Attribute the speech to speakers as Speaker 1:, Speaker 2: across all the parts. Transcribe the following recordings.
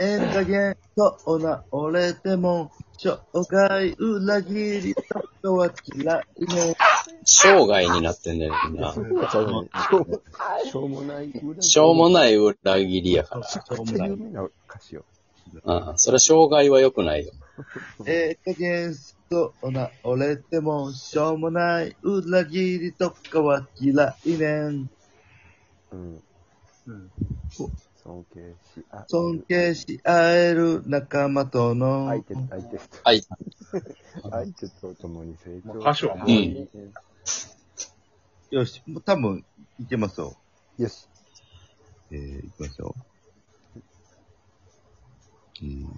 Speaker 1: ええ加減、そうな、俺でも、生涯裏切りと人は嫌いね。
Speaker 2: 生涯になってんだよ、みんな。
Speaker 3: ちゃうねしょうもしょうもないぐらい。
Speaker 2: しょうもない裏切りやか
Speaker 3: めちゃくちゃ有名な歌詞よ。
Speaker 2: ら。うん。それは生涯は良くないよ。
Speaker 1: ええ加減、そうな、俺でも、しょうもない裏切りとかは嫌いね。
Speaker 3: うん。
Speaker 4: うん。
Speaker 3: 尊敬し、あ、
Speaker 1: 尊敬し合える仲間との、
Speaker 3: 相手、相手と、
Speaker 2: はい。
Speaker 3: 相手と共に成長。
Speaker 4: もう歌詞はも
Speaker 2: う
Speaker 3: うん。
Speaker 1: よし、もう多分、いけますよ。
Speaker 3: よし。
Speaker 1: えー、いきましょう。うーん。い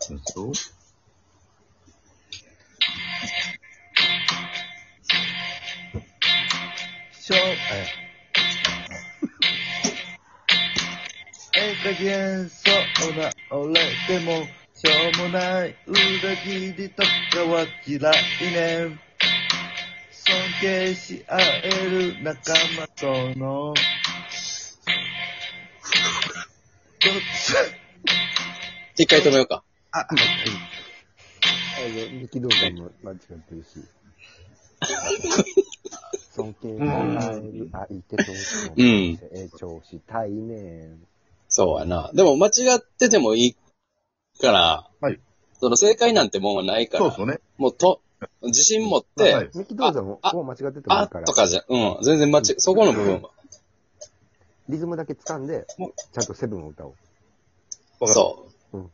Speaker 1: きましょう。しょう、えええ加減そうな俺でも、しょうもない裏切りとかは嫌いね。尊敬し合える仲間との、ちょっと
Speaker 2: 一回止めようか。
Speaker 1: あ、
Speaker 3: あの、力道山も間違ってるし。尊敬し合える相手と共に成長したいね。
Speaker 2: そうやな。でも間違っててもいいから、
Speaker 1: はい
Speaker 2: その正解なんてもうないから、
Speaker 1: そうっすよね。
Speaker 2: もうと、自信持っ
Speaker 1: はい
Speaker 2: て、
Speaker 1: はい
Speaker 3: ミキ道山も、
Speaker 2: あ
Speaker 3: もう間違っててもい
Speaker 2: あ
Speaker 3: いから
Speaker 2: と、かじゃ、うん、全然間違、そこの部分は。
Speaker 3: リズムだけ掴んで
Speaker 2: もう、
Speaker 3: ちゃんとセブンを歌おう。
Speaker 1: わかる
Speaker 2: そう。
Speaker 3: うん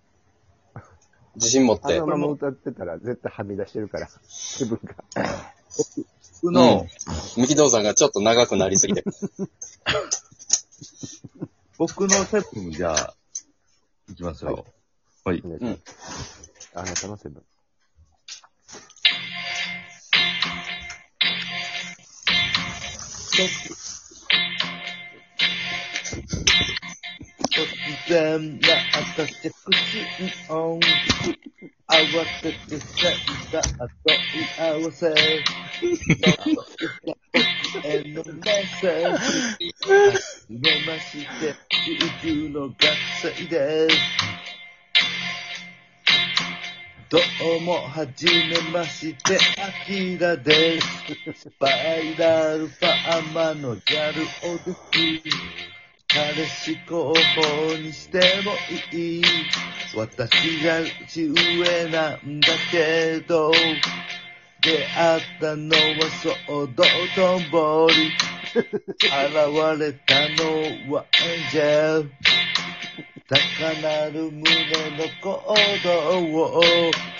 Speaker 2: 自信持っ
Speaker 3: あ
Speaker 2: て
Speaker 3: の、まま歌ってたら絶対はみ出してるから、セブンが。
Speaker 1: 僕の、
Speaker 2: 三木道山がちょっと長くなりすぎて。
Speaker 1: 僕のセブンじゃあ、いきますよ。はい
Speaker 3: お。願いしますあなたのセブン。
Speaker 1: 突然な着信音。合わせてセンターと合わせ。僕へのメッセージ。見まして、19の学生です。どうも、はじめまして、アキラです。バイラルファーマのギャルオです。彼氏候補にしてもいい。私が年上なんだけど、出会ったのはそう道頓堀。現れたのはエンジェル。高鳴る胸の行動を、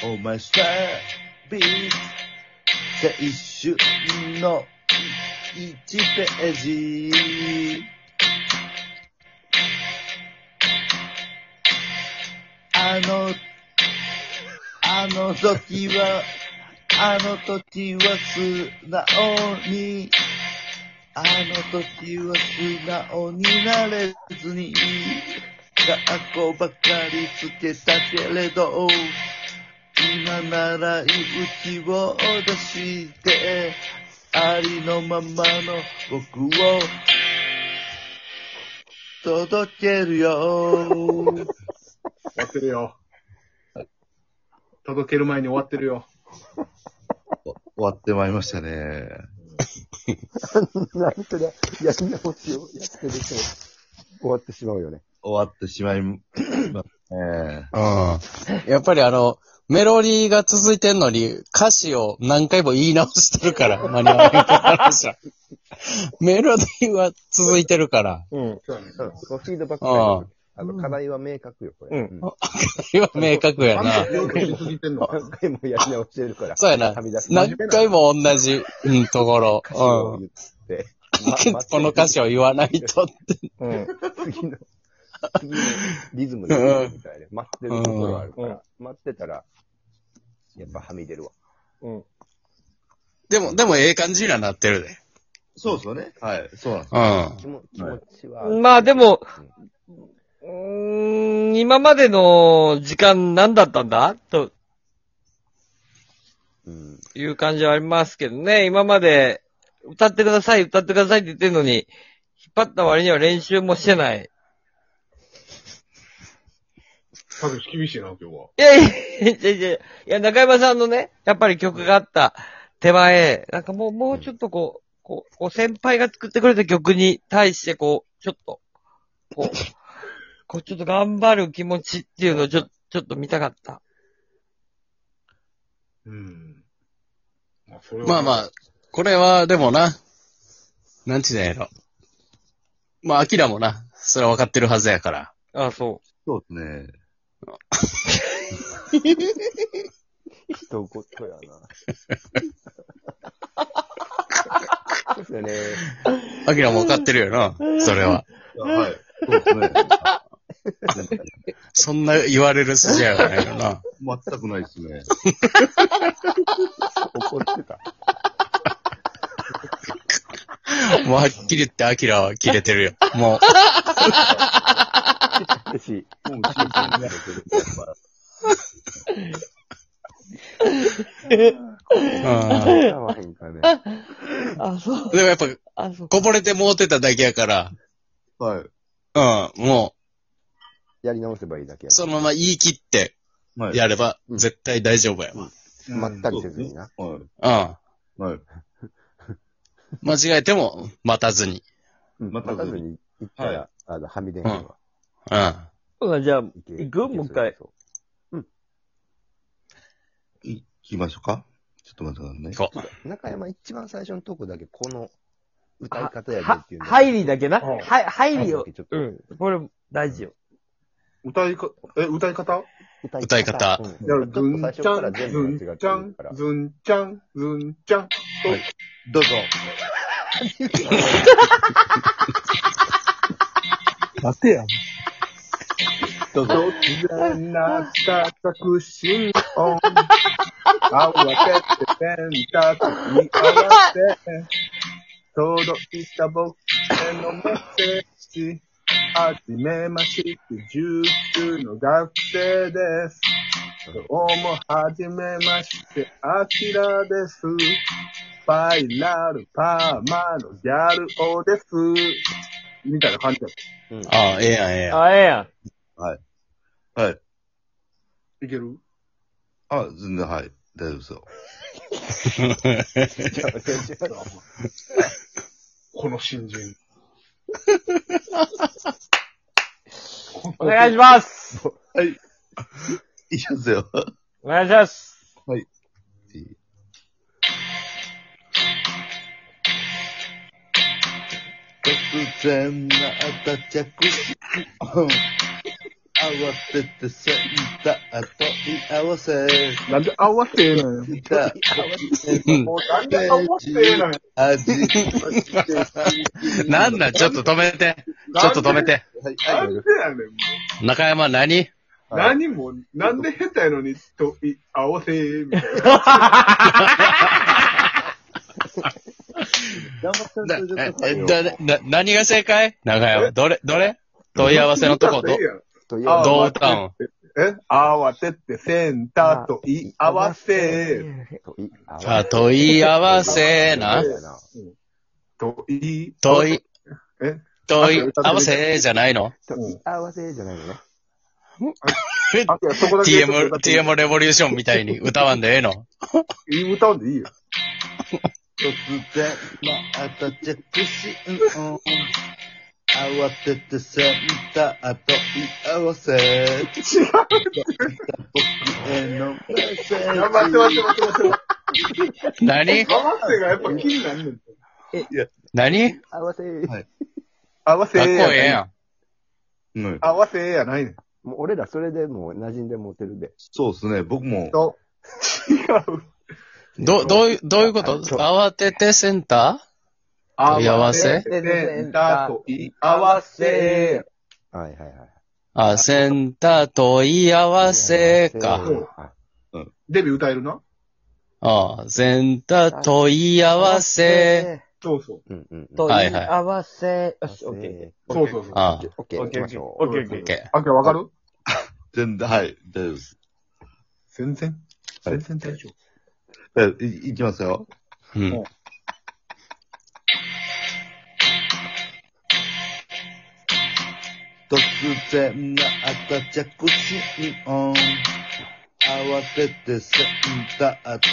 Speaker 1: お前スタービート。青春の1ページ。あの、あの時は、あの時は素直に、あの時は素直になれずに、学校ばかりつけたけれど、今なら勇気を出して、ありのままの僕を届けるよ。
Speaker 4: 終わってるよ。届ける前に終わってるよ。
Speaker 1: 終わってまいりましたね。
Speaker 3: なんとね、やり直しをやってると、終わってしまうよね。
Speaker 1: 終わってしま いますね。
Speaker 2: うん。やっぱりあの、メロディーが続いてんのに、歌詞を何回も言い直してるから、間に合わないからじゃん。メロディーは続いてるから。
Speaker 3: うん。
Speaker 4: そうやね。
Speaker 3: そう、こうフィードバック
Speaker 2: あ
Speaker 3: があの、課題は明確よ、これ。
Speaker 4: うん
Speaker 3: 何
Speaker 2: それは明確やな。
Speaker 4: 量が過ぎてんのか。
Speaker 3: 回もやり直してるから。
Speaker 2: そうやな
Speaker 3: はみ出。す。
Speaker 2: 何回も同じ、うん、ところ。
Speaker 3: を
Speaker 2: うん。
Speaker 3: 言って。ま
Speaker 2: この歌詞を言わないとって。
Speaker 3: うん。次の、次のリズムだよみたいな。待ってるところあるから。待ってたら、やっぱはみ出るわ。うん。
Speaker 2: でも、でもええ感じにはなってるで。
Speaker 1: そうですよね。はい、そうなんです。
Speaker 2: うん。
Speaker 3: 気も気
Speaker 1: は
Speaker 3: 持
Speaker 1: い
Speaker 3: ちは。
Speaker 5: まあでも、うーん、今までの時間何だったんだと
Speaker 3: うん。
Speaker 5: いう感じはありますけどね。今まで、歌ってください、歌ってくださいって言ってるのに、引っ張った割には練習もしてない。
Speaker 4: たけし厳しいな、今日は。
Speaker 5: いやいやいやいやいや、いや中山さんのね、やっぱり曲があった手前、なんかもう、もうちょっとこう、こう、こう先輩が作ってくれた曲に対してこう、ちょっと、こう、こうちょっと頑張る気持ちっていうのをちょ、ちょっと見たかった。
Speaker 4: うん。まあ、それは
Speaker 2: まあまあ、これは、でもな、なんちゅうねやろ。まあ、アキラもな、それは分かってるはずやから。
Speaker 5: ああ、そ
Speaker 1: そうですね。
Speaker 3: 一言やな。そうですよね。
Speaker 2: アキラも分かってるよな、それは。
Speaker 4: あ、はい。
Speaker 1: そうですね。
Speaker 2: そんな言われる筋合いはないよな。
Speaker 1: 全くないですね。
Speaker 3: 怒ってた。
Speaker 2: もうはっきり言ってアキラは切れてるよ。も
Speaker 3: 私、
Speaker 1: もう一緒にやってるやっぱ
Speaker 2: う。うん、
Speaker 3: やわへんかね。
Speaker 5: う。あそう。
Speaker 2: でもやっぱ、
Speaker 5: あそう。
Speaker 2: こぼれてもうてただけやから、
Speaker 1: はい。
Speaker 2: うん、も
Speaker 3: やり直せばいいだけ
Speaker 2: う、
Speaker 3: や。
Speaker 2: そのまま言い切って
Speaker 1: はい。
Speaker 2: やれば、
Speaker 3: うん
Speaker 2: 絶対大丈夫やわ。
Speaker 4: うん
Speaker 3: まったりせずにな。
Speaker 1: はい。
Speaker 2: う
Speaker 1: はい。
Speaker 2: ん。間違えても待たずに。
Speaker 3: うん
Speaker 1: また
Speaker 3: 待たずに行った
Speaker 1: は
Speaker 3: ら、あの、はみ出へんわ。
Speaker 2: うん。
Speaker 5: うんじゃあ、
Speaker 3: いけ
Speaker 5: 行くもう一回。。
Speaker 1: 行きましょうかちょっと待ってくださいね。
Speaker 2: 行こう。
Speaker 3: 中山一番最初のとこだけ、この歌い
Speaker 5: は
Speaker 3: 方やでっていうの。
Speaker 5: 入りだけな。
Speaker 4: うん
Speaker 5: はい、入り
Speaker 3: 入りだ
Speaker 5: を
Speaker 3: けちょっ。と
Speaker 5: うん。これ、大事よ。
Speaker 4: 歌いか、え、歌い方
Speaker 2: 歌い方
Speaker 3: うんち
Speaker 4: だから、ズ
Speaker 3: ょっと
Speaker 4: ン
Speaker 3: 最
Speaker 4: ち
Speaker 3: 初
Speaker 4: ゃ
Speaker 3: から
Speaker 4: ん、
Speaker 3: 全
Speaker 4: ズ
Speaker 3: 部
Speaker 4: ン
Speaker 3: が違っ
Speaker 4: ち
Speaker 3: て
Speaker 4: ゃ
Speaker 3: る
Speaker 4: ん
Speaker 3: か、ら。
Speaker 4: ズンちゃん、ズンちゃん。
Speaker 1: どうぞ。
Speaker 6: 待てや。
Speaker 4: 突然なった確信音。慌てて洗濯に合わせ。届いた僕へのメッセージ。はじめまして、19の学生です。どうも、はじめまして、アキラです。ファイナルパーマのギャル王です。みたいな感じだっ
Speaker 2: ああ、ええやん、ええやん。
Speaker 5: あ、ええやん。
Speaker 1: はい。
Speaker 4: た。いける
Speaker 1: あ、全然はい。大丈夫ですよ。
Speaker 4: この新人。
Speaker 5: お願いします
Speaker 1: いきますよ。
Speaker 5: お願いします
Speaker 1: 突然なった着信音。慌ててセンターと居合わせ。
Speaker 4: なんで慌てえのよ。
Speaker 1: た
Speaker 2: うん
Speaker 4: もうなんで慌てえのよ。
Speaker 1: 味。
Speaker 2: なんなん、ちょっと止めて。ちょっと止めて。
Speaker 1: はい、
Speaker 4: な
Speaker 1: はい
Speaker 4: ん。でやねんもう。
Speaker 2: 中山何
Speaker 4: 何も、なんで下手やのに、と、い、合わせ、みたいな。
Speaker 1: 頑張って
Speaker 2: だ
Speaker 1: る
Speaker 2: え
Speaker 1: 人い
Speaker 2: だな何が正解中山。どれ、どれ問い合わせのとこ、ど、
Speaker 3: という
Speaker 4: あ
Speaker 2: どう歌うん
Speaker 4: え慌ててセンターと言い合わせ、
Speaker 3: とい合わ
Speaker 2: さあ、問い合わせな。
Speaker 4: と言い、
Speaker 2: 問い、
Speaker 4: え
Speaker 2: 問い合わせじゃないの
Speaker 3: とい合わせじゃないのね。
Speaker 4: あとはそこだけ。
Speaker 2: ?TM、TM レボリューションみたいに歌わんでええの
Speaker 4: いい歌うんでいいよ。
Speaker 1: 突然また着信音。慌ててセンターと居合わせ。違う。僕へのメッセージ。
Speaker 4: あ待って待って待って待って。
Speaker 2: 何
Speaker 4: 合わせがやっぱ気になんねん。
Speaker 2: 何
Speaker 3: 合わせ。
Speaker 1: はい
Speaker 4: 合わせ
Speaker 2: あ、こうええ
Speaker 4: や
Speaker 2: や
Speaker 4: ん。
Speaker 2: ん。
Speaker 1: うん
Speaker 4: 合わせやないねん。
Speaker 3: もう俺らそれでもう馴染んでもうてるで。
Speaker 1: そうですね、僕も。
Speaker 4: と、違う。
Speaker 2: ど、どういう、どういうこと慌ててセンタ問い合わせ
Speaker 4: センターと言い合わせ。
Speaker 3: はいはいはい。
Speaker 2: ーあ、センター問い合わせか。
Speaker 3: はい。
Speaker 4: デビュー歌えるな
Speaker 2: ああ、センター問い合わせ。
Speaker 4: そうそう。
Speaker 3: うんうんうん。
Speaker 5: と
Speaker 2: はい
Speaker 5: 言
Speaker 2: は
Speaker 5: い
Speaker 2: い
Speaker 5: 合わせ。よ
Speaker 3: 合わ
Speaker 5: し、
Speaker 3: せ
Speaker 5: オッケー。
Speaker 4: そうそうそう。
Speaker 2: あ
Speaker 3: オッケー、行きましょ
Speaker 5: オ
Speaker 4: オ
Speaker 5: ッ
Speaker 4: ッケ
Speaker 5: ケ
Speaker 4: ー
Speaker 5: ーオ
Speaker 4: オ
Speaker 5: ッ
Speaker 4: ッケ
Speaker 5: ケー
Speaker 4: ー
Speaker 2: あ、オッケ
Speaker 4: あきらわかる
Speaker 1: 全然、はい、大丈夫です。
Speaker 4: 全然。全然大丈夫。
Speaker 1: えいいきますよ。
Speaker 2: ー。うん。
Speaker 1: 突然な着信音。合わせてセンターと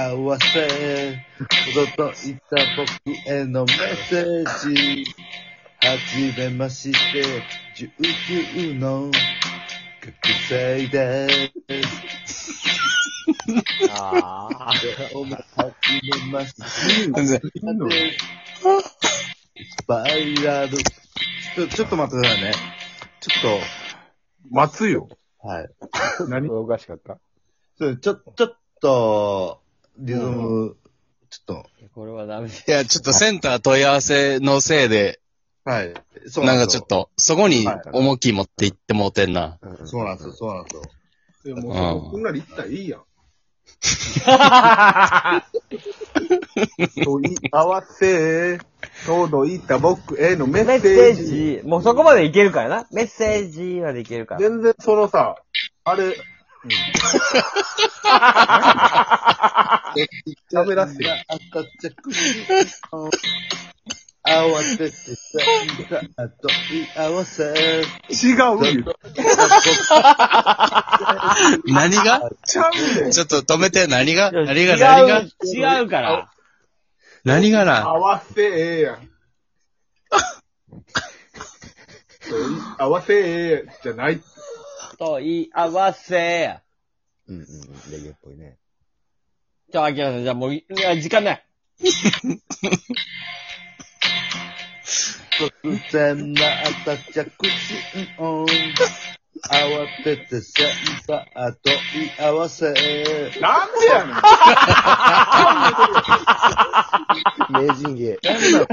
Speaker 1: 居合わせ。届いた僕へのメッセージ。はじめまして、19の学生です。
Speaker 3: ああ。
Speaker 1: どうも、はじめまして。スパイラル。
Speaker 4: ちょちょっと待ってくださいね。ちょっと、待つよ。
Speaker 1: はい。
Speaker 4: 何
Speaker 3: おかしかった
Speaker 1: そうちょ、ちょっと、リズム、ちょっと、
Speaker 5: これはダメです。
Speaker 2: いや、ちょっとセンター問い合わせのせいで、
Speaker 1: はい。そう
Speaker 2: なん
Speaker 1: な
Speaker 2: か
Speaker 1: んです
Speaker 2: ちょっ
Speaker 1: よ。
Speaker 2: と、そこに
Speaker 1: はい
Speaker 2: 重き持っていってもうてんな。
Speaker 1: そうなんですよ、そうなんですよ。
Speaker 4: いや、もう、こんなり行ったらいいやん。 問い合わせ、届いた僕へのメ
Speaker 5: メ
Speaker 4: ッ
Speaker 5: ッ
Speaker 4: セ
Speaker 5: セ
Speaker 4: ージ。
Speaker 5: ージ、もうそこまでいけるからな。メッセージまでいけるから。
Speaker 4: 全然そのさ、あれ、喋らせてよ。
Speaker 1: 赤着合わせてさ、あと居合わせ。
Speaker 4: 違うよ。
Speaker 2: 何が
Speaker 4: ちゃうねん。
Speaker 2: ちょっと止めて、何が何が何が
Speaker 5: 違う、違うから。
Speaker 2: 何が
Speaker 4: 合
Speaker 2: な
Speaker 4: わせええやん。 合わせええじゃない。
Speaker 5: と言い合わせや。
Speaker 3: うんうん。レゲエっぽいね。
Speaker 5: じゃあ、秋山さん、じゃあもう、いいや、時間ない。
Speaker 1: 突然な赤着信音。慌ててセンターと居合わせ。
Speaker 4: なんでやねん。
Speaker 3: 名人芸。
Speaker 4: ちゃうよ。